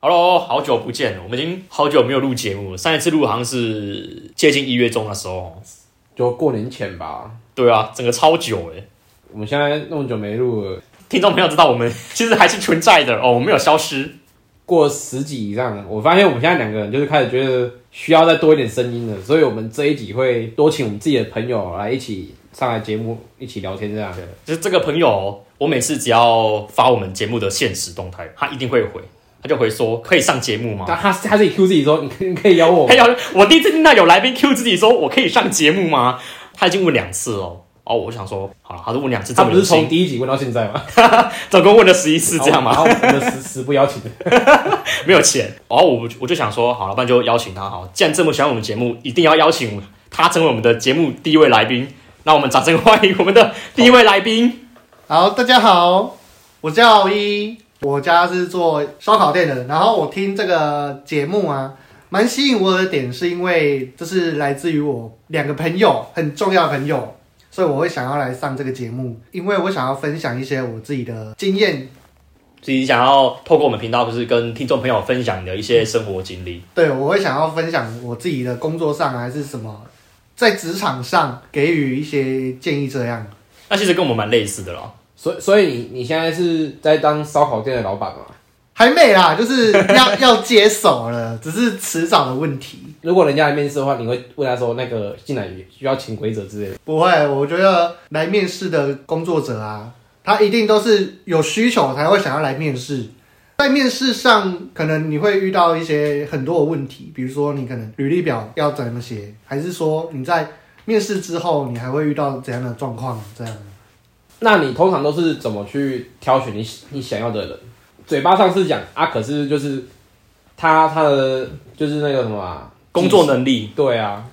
Hello，好久不见了，我们已经好久没有录节目了。上一次录好像是接近一月中的时候，就过年前吧。对啊，整个超久诶。我们现在那么久没录了，听众朋友知道我们其实还是存在的哦，我们没有消失。过十集以上，我发现我们现在两个人就是开始觉得需要再多一点声音了，所以我们这一集会多请我们自己的朋友来一起上来节目，一起聊天这样。就是这个朋友，我每次只要发我们节目的现实动态，他一定会回，他就回说可以上节目吗？但他他自己 Q 自己说，你可以你可以邀我还，有，我第一次听到有来宾 Q 自己说我可以上节目吗？他已经问两次哦。哦，我想说，好了，他都问两次，他不是这么有从心第一集问到现在 吗？总共问了十一次这样吗？然后然后我们时时不邀请，没有钱，然后我我就想说，好了，那就邀请他好了。既然这么喜欢我们节目，一定要邀请他成为我们的节目第一位来宾。那我们掌声欢迎我们的第一位来宾。好，大家好，我叫一，我家是做烧烤店的。然后我听这个节目啊，蛮吸引我的点是因为这是来自于我两个朋友，很重要的朋友，所以我会想要来上这个节目，因为我想要分享一些我自己的经验。自己想要透过我们频道，就是跟听众朋友分享你的一些生活经历。对，我会想要分享我自己的工作上啊还是什么，在职场上给予一些建议，这样。那其实跟我们蛮类似的啦。所以所以你你现在是在当烧烤店的老板吗？还没啦，就是要 要接手了，只是迟早的问题。如果人家来面试的话，你会问他说那个进来需要潜规则之类的。不会，我觉得来面试的工作者啊，他一定都是有需求才会想要来面试。在面试上，可能你会遇到一些很多的问题，比如说你可能履历表要怎么写，还是说你在面试之后你还会遇到怎样的状况？这样那你通常都是怎么去挑选你你想要的人？嘴巴上是讲啊，可是就是他他的就是那个什么啊、工作能力，对啊，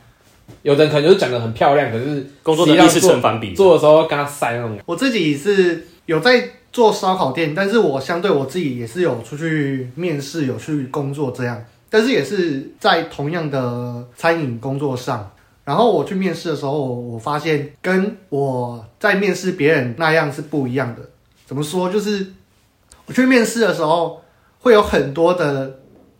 有的人可能就是讲的很漂亮，可是啊工作能力是成反比的。做的时候跟他塞那种。我自己是有在做烧烤店，但是我相对我自己也是有出去面试，有去工作这样，但是也是在同样的餐饮工作上。然后我去面试的时候，我发现跟我在面试别人那样是不一样的。怎么说？就是我去面试的时候，会有很多的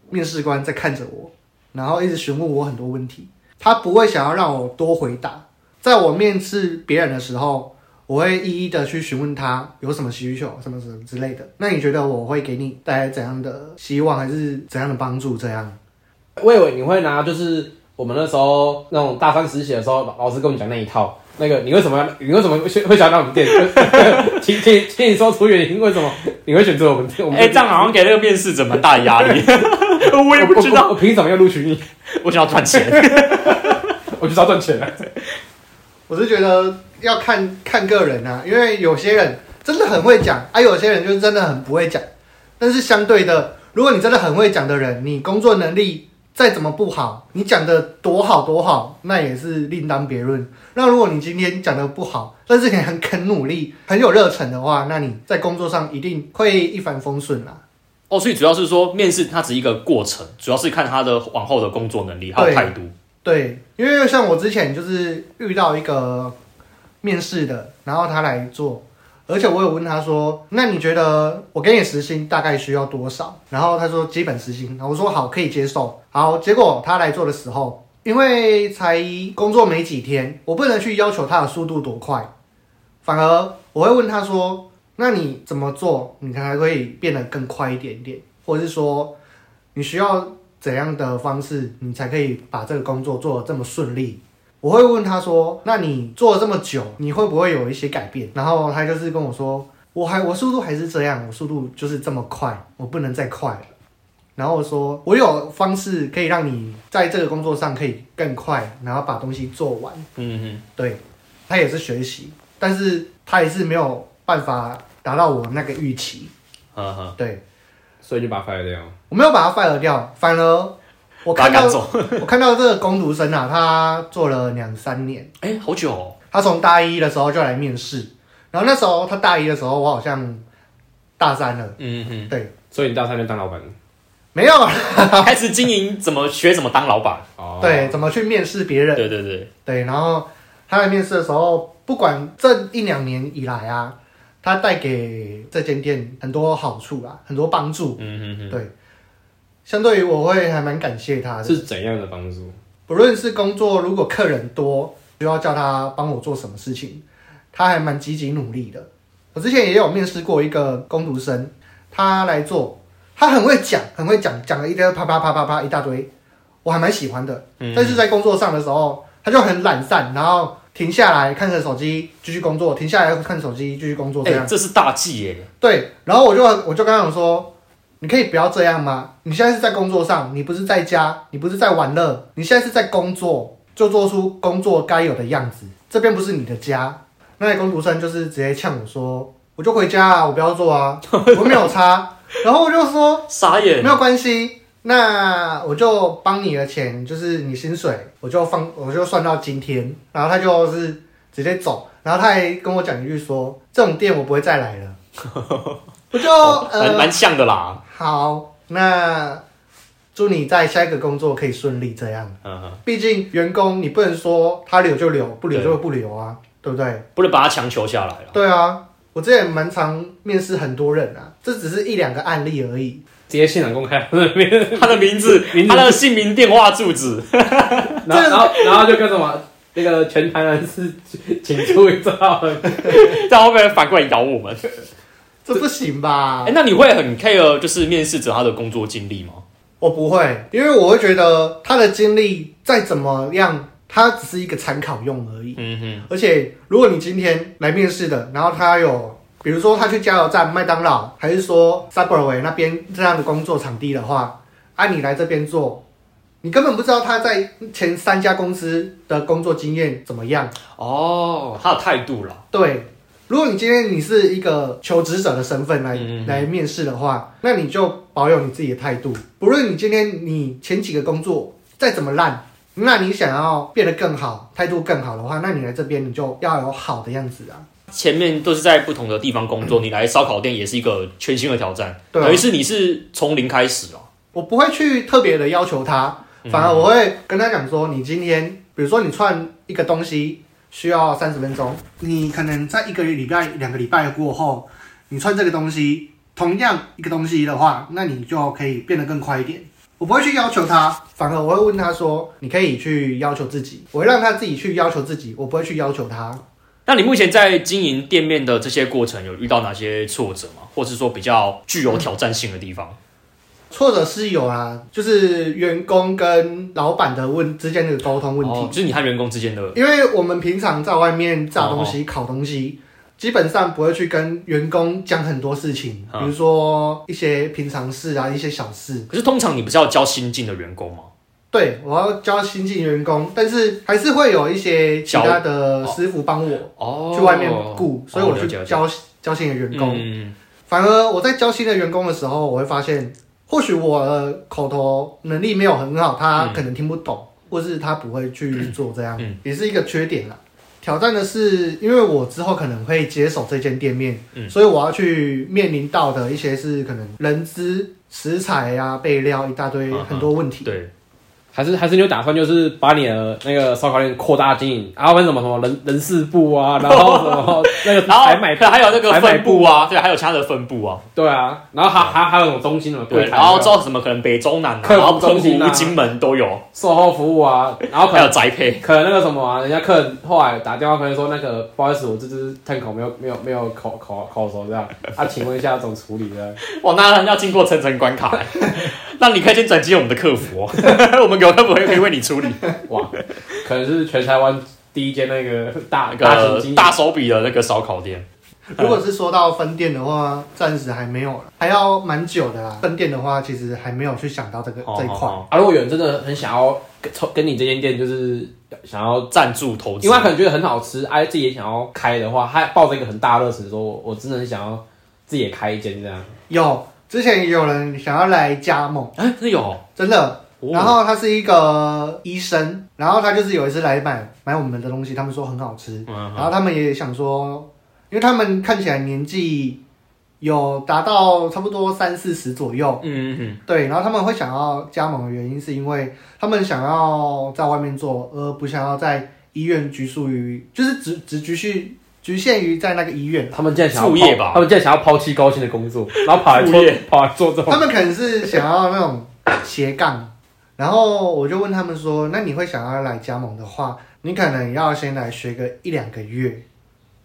面试官在看着我，然后一直询问我很多问题。他不会想要让我多回答。在我面试别人的时候，我会一一的去询问他有什么需求，什么什么之类的。那你觉得我会给你带来怎样的希望，还是怎样的帮助？这样我以为你会拿就是我们那时候那种大三实习的时候，老老师跟我们讲那一套。那个你为什么要你为什么会会想到我们店？ 请请请你说出原因，为什么你会选择我们店？我们哎、这样好像给那个面试者蛮大的压力。 我也不知道，我我我凭什么要录取你？我想要赚钱。我就是要赚钱啊！我是觉得要看看个人啊，因为有些人真的很会讲，啊，有些人就是真的很不会讲。但是相对的，如果你真的很会讲的人，你工作能力再怎么不好，你讲的多好多好，那也是另当别论。那如果你今天讲的不好，但是你很肯努力、很有热忱的话，那你在工作上一定会一帆风顺啦。哦，所以主要是说面试它只是一个过程，主要是看他的往后的工作能力还有对态度。对，因为像我之前就是遇到一个面试的，然后他来做，而且我有问他说：“那你觉得我给你时薪大概需要多少？”然后他说基本时薪，然后我说好，可以接受。好，结果他来做的时候，因为才工作没几天，我不能去要求他的速度多快，反而我会问他说：“那你怎么做，你才可以变得更快一点点？或者是说，你需要怎样的方式，你才可以把这个工作做得这么顺利？我会问他说：“那你做了这么久，你会不会有一些改变？”然后他就是跟我说：“我还我速度还是这样，我速度就是这么快，我不能再快了。”然后我说：“我有方式可以让你在这个工作上可以更快，然后把东西做完。嗯”对，他也是学习，但是他也是没有办法达到我那个预期。哼，呵呵，对所以就把它 fire 掉。我没有把他 fire 掉，反而我把看他到赶走。 我看到这个工读生啊，他做了两三年，哎、好久、哦。他从大一的时候就来面试，然后那时候他大一的时候，我好像大三了，嗯哼，对，所以你到上面当老板没有啊 了，开始经营怎么学怎么当老板。哦对，，怎么去面试别人，对对对，对，然后他来面试的时候，不管这一两年以来啊，他带给这间店很多好处啊，很多帮助，嗯哼哼，对，相对于我会还蛮感谢他的，是怎样的帮助？不论是工作，如果客人多，需要叫他帮我做什么事情，他还蛮积极努力的。我之前也有面试过一个工读生，他来做，他很会讲，很会讲，讲了一堆啪啪啪啪啪一大堆，我还蛮喜欢的。但是在工作上的时候，他就很懒散，然后停下来看着手机继续工作，停下来看手机继续工作这样。哎，这是大忌耶！对，然后我就我就跟他讲说，你可以不要这样吗？你现在是在工作上，你不是在家，你不是在玩乐，你现在是在工作，就做出工作该有的样子。这边不是你的家。那工读生就是直接呛我说，我就回家啊，我不要做啊，我没有差。然后我就说傻眼没有关系，那我就帮你的钱，就是你薪水，我就放我就算到今天。然后他就是直接走，然后他还跟我讲一句说，这种店我不会再来 了。我就哦蛮呃蛮像的啦。好，那祝你在下一个工作可以顺利。这样，嗯，毕竟员工你不能说他留就留，不留就不留啊，对不对？不能把他强求下 来了。对啊，我之前蛮常面试很多人啊，这只是一两个案例而已。直接现场公开， 然后他的名字名、字他的姓名、电话、住址， 然后然后就跟什么那个全台南市请出一招，但会不会反过来咬我们？这不行吧哎、？那你会很 care 就是面试者他的工作经历吗？我不会，因为我会觉得他的经历再怎么样，他只是一个参考用而已。嗯哼，而且如果你今天来面试的，然后他有，比如说他去加油站、麦当劳，还是说 Subway 那边这样的工作场地的话，啊，你来这边做，你根本不知道他在前三家公司的工作经验怎么样。哦，他的态度啦，对，如果你今天你是一个求职者的身份来、嗯来面试的话，那你就保有你自己的态度。不论你今天你前几个工作再怎么烂，那你想要变得更好，态度更好的话，那你来这边你就要有好的样子啊。前面都是在不同的地方工作，你来烧烤店也是一个全新的挑战，嗯对啊等于是你是从零开始哦。我不会去特别的要求他，反而我会跟他讲说，你今天比如说你串一个东西需要三十分钟，你可能在一个礼拜、两个礼拜过后，你串这个东西，同样一个东西的话，那你就可以变得更快一点。我不会去要求他，反而我会问他说，你可以去要求自己，我会让他自己去要求自己，我不会去要求他。那你目前在经营店面的这些过程，有遇到哪些挫折吗？或是说比较具有挑战性的地方？挫折是有啊，就是员工跟老板的问之间的沟通问题。哦，就是你和员工之间的，因为我们平常在外面炸东西、烤东西，基本上不会去跟员工讲很多事情，嗯比如说一些平常事啊，一些小事。可是通常你不是要教新进的员工吗？对，我要教新进员工，但是还是会有一些其他的师傅帮我哦，去外面雇，所以哦我了去解了解教教新的员工。嗯，反而我在教新的员工的时候，我会发现，或许我的口头能力没有很好，嗯他可能听不懂，或是他不会去做这样，也是一个缺点啦。挑战的是，因为我之后可能会接手这间店面，嗯所以我要去面临到的一些是可能人资、食材啊、备料一大堆嗯嗯很多问题。对， 还是还是你有打算就是把你的那个烧烤店扩大经营，然后分什么什么人人事部 啊，然后什么那 个然后采买部还有那个采买分布啊，对，还有其他的分布啊，对啊，然后还还还有什么中心什么柜对，台啊然后之后什么可能北中南啊，客服然后澎中心湖、啊金门都有，售后服务啊，然后可还有能宅 配，可能那个什么啊，人家客人后来打电话可能说那个不好意思，我这只碳口没有没有没有烤烤烤熟这样，啊，请问一下怎么处理的？哇，那要经过层层关卡欸， 那你可以先转接我们的客服哦， 我们有客服可以为你处理哇，可能是全台湾第一间那个大那大型个经营呃大手笔的那个烧烤店。如果是说到分店的话，暂时还没有啦，还要蛮久的啦。分店的话，其实还没有去想到这个、哦这一块。哦啊，如果有人真的很想要跟跟你这间店就是想要哦赞助投资，因为他可能觉得很好吃，哎、自己也想要开的话，他抱着一个很大的热忱，说我我真的很想要自己也开一间这样。有之前也有人想要来加盟，哎，真的有哦，真的。然后他是一个医生，然后他就是有一次来买买我们的东西，他们说很好吃，嗯然后他们也想说，因为他们看起来年纪有达到差不多三四十左右，嗯嗯对，然后他们会想要加盟的原因是因为他们想要在外面做，而不想要在医院拘束于，就是只只局限局限于在那个医院，他们竟然想要副业吧 抛他们竟然想要抛弃高薪的工作，然后跑来做副业跑来做这种他，们可能是想要那种斜杠。然后我就问他们说：“那你会想要来加盟的话，你可能要先来学个一两个月，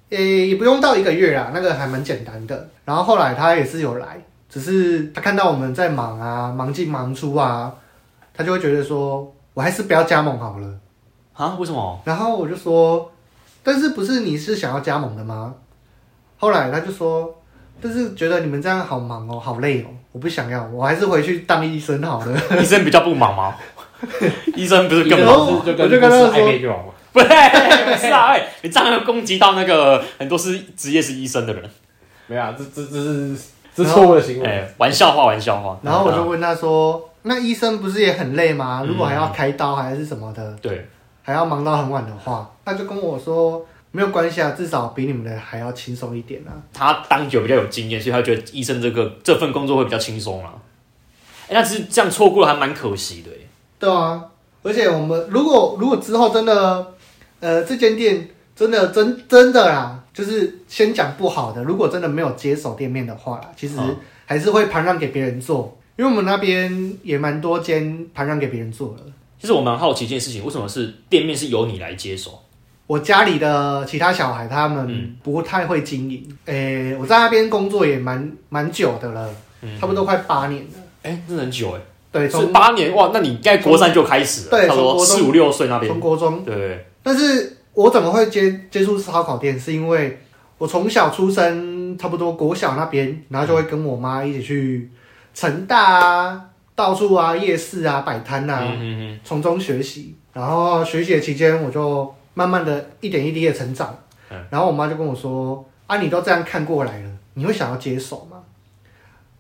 诶，也不用到一个月啦，那个还蛮简单的。”然后后来他也是有来，只是他看到我们在忙啊，忙进忙出啊，他就会觉得说：“我还是不要加盟好了。”啊？为什么？然后我就说，但是不是你是想要加盟的吗？后来他就说，但是觉得你们这样好忙哦，好累哦，我不想要，我还是回去当医生好了。医生比较不忙 吗？医生不是更然忙？后就我跟就跟他公司说暧昧就好嘛。不对，不是啊，哎、你这样攻击到那个很多是职业是医生的人，没有啊，这这这是这是错误的行哎、为。玩笑话，玩笑话。嗯然后我就问他说，那医生不是也很累吗？如果还要开刀还是什么的，对，还要忙到很晚的话，他就跟我说。没有关系啊，至少比你们的还要轻松一点啊。他当久比较有经验，所以他觉得医生这个这份工作会比较轻松啊。哎、但是这样错过了还蛮可惜的、哎对啊，而且我们如果如果之后真的，呃，这间店真的真真的啦，就是先讲不好的，如果真的没有接手店面的话啦，其实嗯还是会盘让给别人做，因为我们那边也蛮多间盘让给别人做了。其实我蛮好奇一件事情，为什么是店面是由你来接手？我家里的其他小孩他们嗯不太会经营，诶、我在那边工作也蛮蛮久的了，差不多快八年了。哎、真的很久哎、对，是从嗯八年哇，那你应该国三就开始了，对差不从多国中四五六岁那边从，国中对，但是我怎么会接接触烧烤店，是因为我从小出生，差不多国小那边，然后就会跟我妈一起去成大啊、到处啊、夜市啊摆摊啊，嗯嗯从中学习。然后学习的期间，我就慢慢的一点一滴的成长。嗯然后我妈就跟我说：“啊，你都这样看过来了，你会想要接手吗？”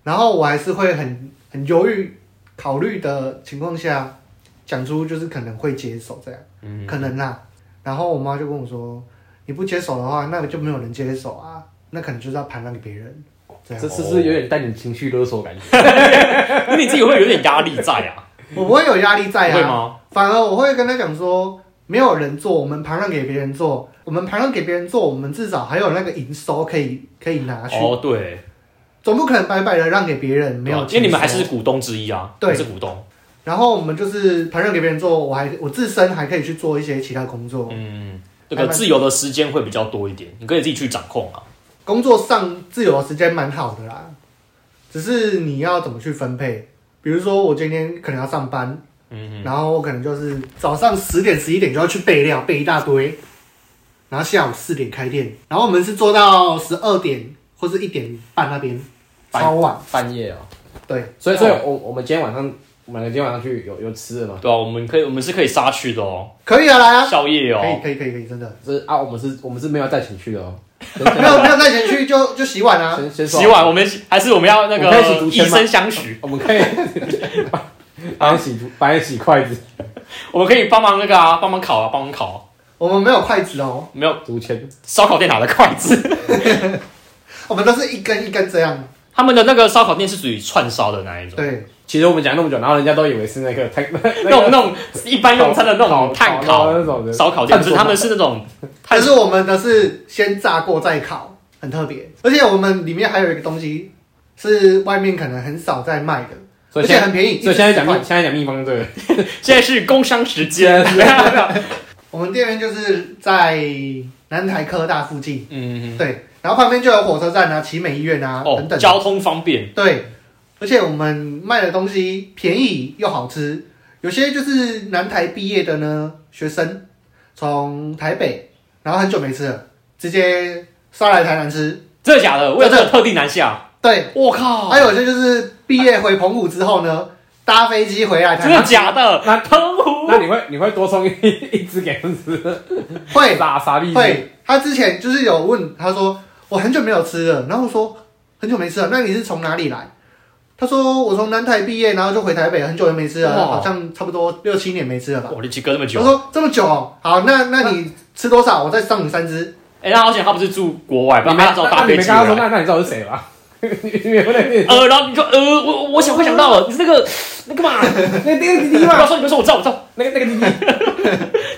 然后我还是会很很犹豫考虑的情况下，讲出就是可能会接手这样。嗯可能啦、啊然后我妈就跟我说：“你不接手的话，那就没有人接手啊，那可能就是要盘让给别人。”这样这，是不是有点带你情绪勒索感觉？嗯，那你自己会有点压力在 啊，我不会有压力在会啊，吗？反而我会跟他讲说：“没有人做，我们盘让给别人做，我们盘让给别人做，我们至少还有那个营收可以可以拿去，哦，对，总不可能白白的让给别人没有对啊营收。因为你们还是股东之一啊，对还是股东，然后我们就是盘让给别人做，我还我自身还可以去做一些其他工作，嗯，这还个蛮自由的时间会比较多一点，你可以自己去掌控啊。工作上自由的时间蛮好的啦，只是你要怎么去分配？比如说我今天可能要上班，嗯，然后我可能就是早上十点十一点就要去备料，备一大堆，然后下午四点开店，然后我们是做到十二点或是一点半那边，半超晚。半夜哦。对，所以，哦所以我我们今天晚上，我们两个今天晚上去有有吃的吗？对啊，我们可以，我们是可以杀去的哦，可以啊，来啊，宵夜可以哦，可以可以可以，真的就是啊，我们是，我们是没有带情绪的哦。没有没有带钱去就就洗碗啊，先先说洗碗，我们还是我们要那我们开始个读以签吗身相许，我们可以 帮你洗，帮你洗筷子、我们可以帮忙那个啊，帮忙烤啊，帮忙烤啊，我们没有筷子哦，没有竹签。烧烤店拿的筷子， 我们都是一根一根这样，他们的那个烧烤店是属于串烧的那一种。对，其实我们讲那么久，然后人家都以为是那个碳，那那种那种一般用餐的那 种炭烤那种的烧烤店，炭就烤是他们是那种炭但是我们的是先炸过再烤，很特别，而且我们里面还有一个东西是外面可能很少在卖的，所而以且现在，很便宜，所以现在讲一秘直，吃现在讲秘方这个，现在是工商时 间，没有没有我们店员就是在南台科大附近，嗯，对，然后旁边就有火车站啊、奇美医院啊、等哦，等，交通方便，对，而且我们卖的东西便宜又好吃，有些就是南台毕业的呢学生，从台北，然后很久没吃了，直接杀来台南吃，真的假的？为了这个特地南下，对，哎我靠，还有些就是毕业回澎湖之后呢，搭飞机回来台真的南，假的？哎那澎湖那你会你会多送一 一只给他们吃？会沙沙粒会，他之前就是有问他说我很久没有吃了，然后我说很久没吃了，那你是从哪里来？他说我从南台毕业，然后就回台北，很久都没吃了，哇好像差不多六七年没吃了吧。我离奇隔那么久他，说这么久哦，好，那那你吃多少？我再送你三只。哎、那好险他不是住国外，不然你没他那时候搭啊你飞没机跟他说，回来。那那你知道我是谁吧？你你没有那那呃，然后你就呃，我我想快想到了，你是那个那个嘛，那那个弟你弟不 要嘛，说你不要说，我知道我知 道，那个那个弟弟，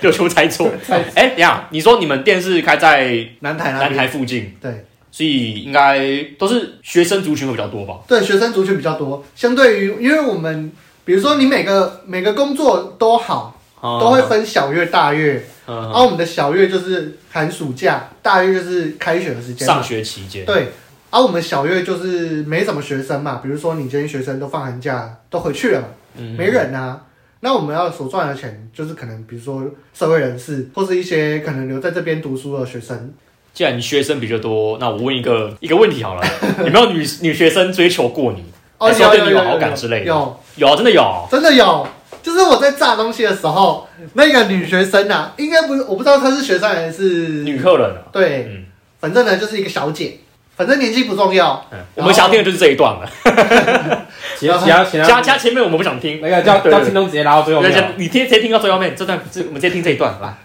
就全部猜错。哎、等一下，你说你们店是开在南台那南边，台附近，对所以应该都是学生族群会比较多吧？对，学生族群比较多，相对于因为我们比如说你每个每个工作都好，哦都会分小月大月，然分后我们的小月就是寒暑假，大月就是开学的时间嘛。上学期间，对，啊，我们小月就是没什么学生嘛，比如说你今天学生都放寒假都回去了嘛，嗯没人啊。那我们要所赚的钱，就是可能比如说社会人士，或是一些可能留在这边读书的学生。既然你学生比较多，那我问一个一个问题 好了，有没有女女学生追求过你？哦，还是要对你有有好感之类的有，有啊，真的有，真的有。就是我在炸东西的时候，那个女学生啊，应该不是，我不知道她是学生还是女客人啊。对，嗯反正呢就是一个小姐，反正年纪不重要。嗯，我们想要听的就是这一段了，哦其他其他其加他加前面我们不想听，那个叫对叫听众直接拉到最后对面啊对，你听直接听到最后面这段，这我们直接听这一段啊来。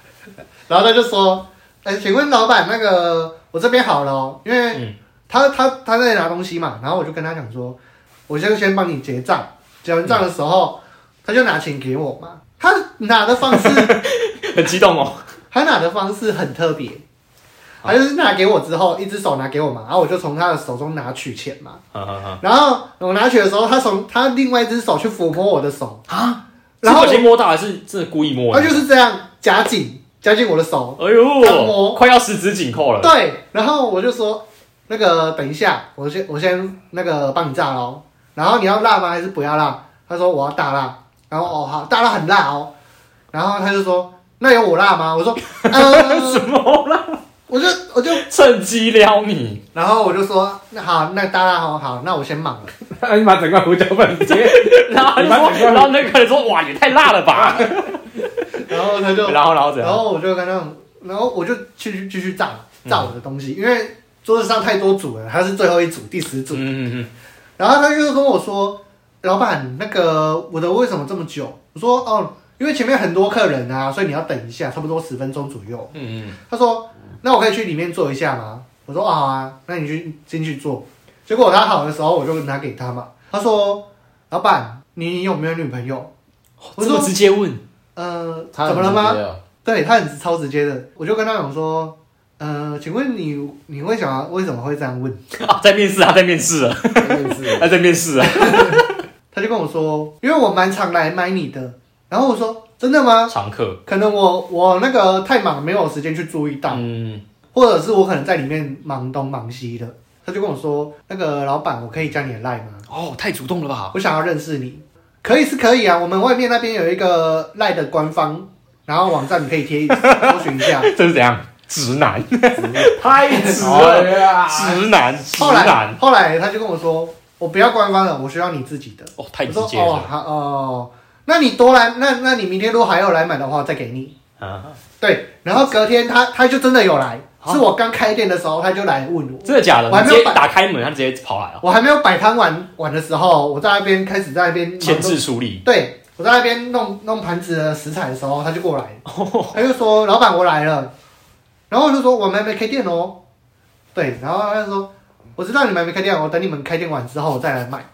然后她就说：“哎、请问老板，那个我这边好了哦、因为嗯她她她在拿东西嘛。”然后我就跟她讲说：“我先先帮你结账。”结完账的时候，她就拿钱给我嘛。她拿的方式， 很激动哦，她拿的方式很特别。她就是拿给我之后，一只手拿给我嘛，然后我就从她的手中拿取钱嘛。哈哈哈然后我拿取的时候，她从她另外一只手去抚摸我的手，啊！然后是不小心摸到还是真的故意摸她的？就是这样夹紧夹紧我的手，哎按呦，摩快要十指紧扣了。对，啊然后我就说那个等一下，我先我先那个帮你炸喽。然后你要辣吗？还是不要辣？他说我要大辣。然后哦好，大辣很辣哦。然后他就说那有我辣吗？我说呃， 什么啦？我就我就，趁机撩 你，然后我就说那好，那大辣好哦好，那我先忙了。那 你把整罐胡椒粉直接然后他就说，然后那个人说，哇，也太辣了 吧。然后他 就，然后然后怎然样？后我就跟他们，然后我就继续继续炸炸我的东西，因为桌子上太多组了，他是最后一组，第十组。嗯嗯然后他就跟我说：“老板，那个我的为什么这么久？”我说：“哦，因为前面很多客人啊，所以你要等一下，差不多十分钟左右。嗯嗯”他说：“那我可以去里面坐一下吗？”我说：“哦好啊，那你去进去坐。”结果他好的时候，我就拿给他嘛。他说：“老板，你有没有女朋友？哦我这么说直接问，呃，怎么了吗？”对他很超直接的，我就跟他讲说：“呃，请问你你为什么为什么会这样问？”啊，在面试，他在面试了，真 是 他在面试啊，他就跟我说，因为我蛮常来买你的，然后我说真的吗？常客。可能我我那个太忙，没有时间去注意到，嗯，或者是我可能在里面忙东忙西的。他就跟我说，那个老板，我可以加你的 line 吗？哦，太主动了吧？我想要认识你，可以是可以啊。我们外面那边有一个 line 的官方，然后网站你可以贴搜寻一下。这是怎样？直男，太直了，哎呀，直男， 直后来男。后来他就跟我说，我不要官方了，我需要你自己的。哦，太我直说接哦了。好哦，那你多来，那那你明天如果还要来买的话，我再给你。啊，对，然后隔天他他就真的有来，啊是我刚开店的时候他就来问我，真的假的？我还你没直有接摆打开门，他直接跑来了，我还没有摆摊完完的时候，我在那边开始在那边前置处理。对我在那边弄弄盘子的食材的时候，他就过来， 他就说老板我来了，然后我就说我们还没开店哦，对，然后他就说我知道你们还没开店，我等你们开店完之后我再来买，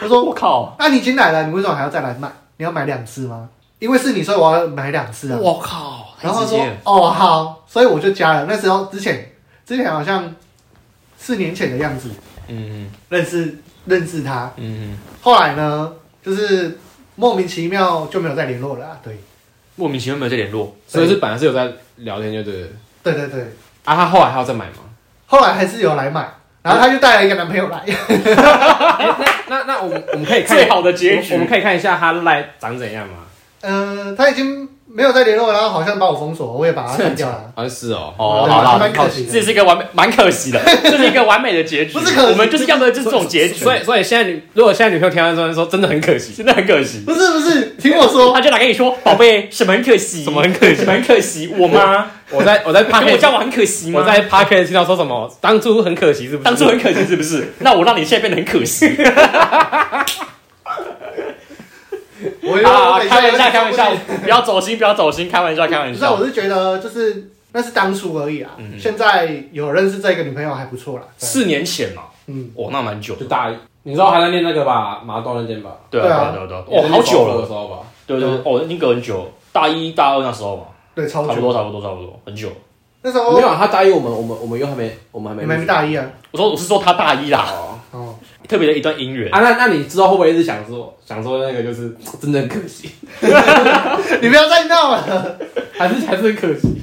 我说我靠！那、你已经来了，你为什么还要再来买？你要买两次吗？因为是你，所以我要买两次啊。我靠！太然后直他说接了。哦好，所以我就加了。那时候之前之前好像四年前的样子嗯认识认识他，嗯，后来呢就是莫名其妙就没有再联络了、啊。对莫名其妙没有再联络。所以是本来是有在聊天就对了。对对对，啊，他后来还有在买吗？后来还是有来买，然后他就带了一个男朋友来。 那那我们我们 可以看哎最好的结我们局。可以看一下他赖长怎样吗？嗯、他已经没有再联络了，然后好像把我封锁，我也把他删 掉了。好像是哦。哦，对好还了，蛮可惜的这是一个完美，蛮可惜的，这是一个完美的结局。不是可惜我们就是要的就是这种结局，所以所以现在女如果现在女朋友听到这段说，真的很可惜。 真的很可惜。不是不是，听我说，他就来跟你说，宝贝，什么很可惜，什么很可惜什么很可惜，我吗？ 我在我在 p 跟 a 我 r 叫我很可惜吗？我在 p a r k 听到说什么，当初很可惜是不是？ 当初很可惜是不 是？那我让你现在变得很可 惜。我啊，又开玩笑，开玩笑，不要走心，不要走心，开玩笑，开玩不是啊，笑我。是觉得就是那是当初而已啦。嗯现在有认识这个女朋友还不错啦。对，四年前嘛，嗯，哦，那蛮久的。就大一，你知道还在练那个吧，麻豆那间吧？对对啊，啊对啊对啊，对啊哦，好久的了。时候吧。对对，对哦，已经隔很久，大一、大二那时候嘛，对，超差不久。多，差啊不多，差不多，很久。那时没候有啊，他答应我们，我们我们又还没，我们还你没们还没大一啊？我说我是说他大一啦，哦，哦， 特别的一段姻缘。啊，那那你之后会不会一直想说想说那个就是真的很可惜，你不要再闹了。 还是还是很可 惜？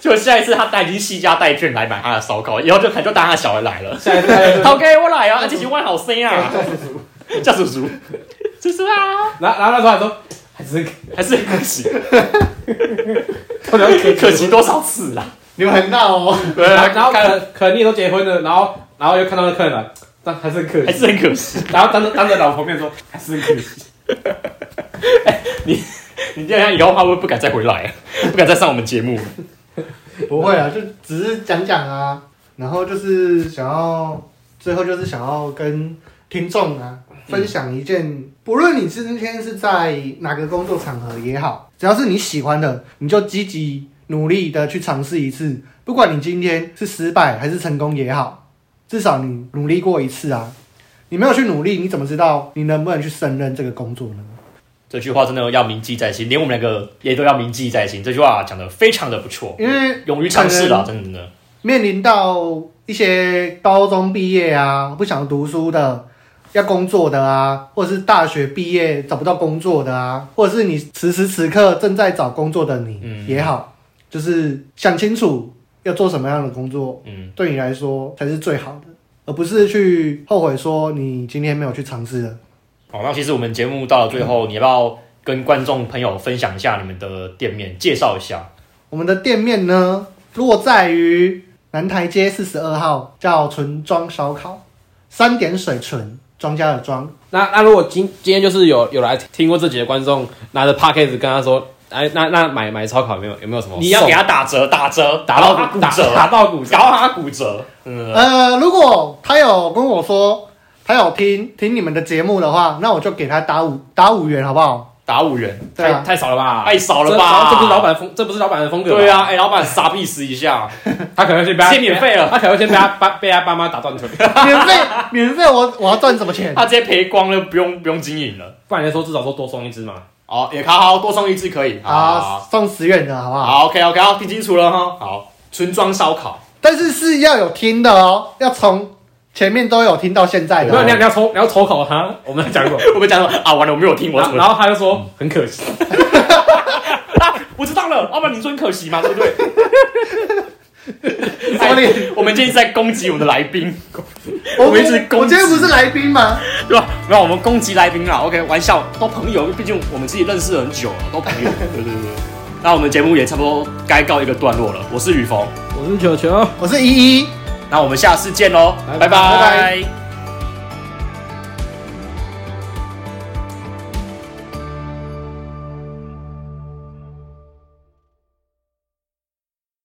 就下一次他带已经西家带眷来买他的烧烤，以后就就当他的小孩来了。下一次还是 o k 我来啊，这几万好生啊，叫叔叔，叔叔啊，然后然后那时候还说还是很还是很可惜，可能 可啊可惜多少次 啦？你们很闹哦，对啊然后然后看了可可能你也都结婚了，然后然后又看到那客人来，但还是很可还惜。是很可惜。然后当着当着老婆面说还是很可惜，你这样以后他会不敢再回来 啊，不敢再上我们节目。不会啊，就只是讲讲啊，然后就是想要，最后就是想要跟听众啊分享一件，不论你是今天是在哪个工作场合也好，只要是你喜欢的，你就积极努力的去尝试一次，不管你今天是失败还是成功也好，至少你努力过一次啊。你没有去努力，你怎么知道你能不能去胜任这个工作呢？这句话真的要铭记在心，连我们两个也都要铭记在心。这句话讲的非常的不错，因为勇于尝试啦，真的。面临到一些高中毕业啊，不想读书的，要工作的啊，或者是大学毕业找不到工作的啊，或者是你此时此刻正在找工作的你、嗯也好，就是想清楚要做什么样的工作，嗯，对你来说才是最好的，而不是去后悔说你今天没有去尝试了。好，那其实我们节目到了最后，你要不要跟观众朋友分享一下你们的店面，介绍一下？我们的店面呢，落在于南台街四十二号，叫纯庄烧烤，三点水纯，庄家的庄。 那那如果今今天就是有有来听过这集的观众拿着 p a c k a g e 跟他说，哎，那那买买烧烤有没有有没有什么送？你要给他打折，打折，打哦打到骨打折，啊打到骨折搞，到他骨折。嗯，呃，如果他有跟我说他有听听你们的节目的话，那我就给他打五打五元，好 不好？打五元，对太啊，太少了吧？太少了吧这这不是老板的风，这不是老板的风格。对，啊，哎、老板傻逼死一下，他可能先被他先免费了他可能先被他 爸被他爸妈打断腿，免费免费我，我要赚什么钱？他直接赔光了，不用不用经营了。不然人家说至少说多送一只嘛。哦，也好好多送一只可以。啊，好送十元的好不好？好，OK OK，好，听清楚了哈。好，村庄烧烤，但是是要有听的哦，要从前面都有听到现在没啊的、有，你要你哦。要抽你要抽考他，我们讲过。我们讲说啊，完了，我没有听， 我然怎么？后然后他就说很可惜，啊，我知道了，要不然你说很可惜嘛，对不对？哎什么脸我们今天一直在攻击我们的来宾，我我们一直攻击我今天不是来宾吗？对吧？没有，我们攻击来宾啦。OK，玩笑，都朋友，毕竟我们自己认识很久了，都朋友。对对对。那我们节目也差不多该告一个段落了。我是雨峰，我是球球。我是依依。那我们下次见喽，拜拜拜拜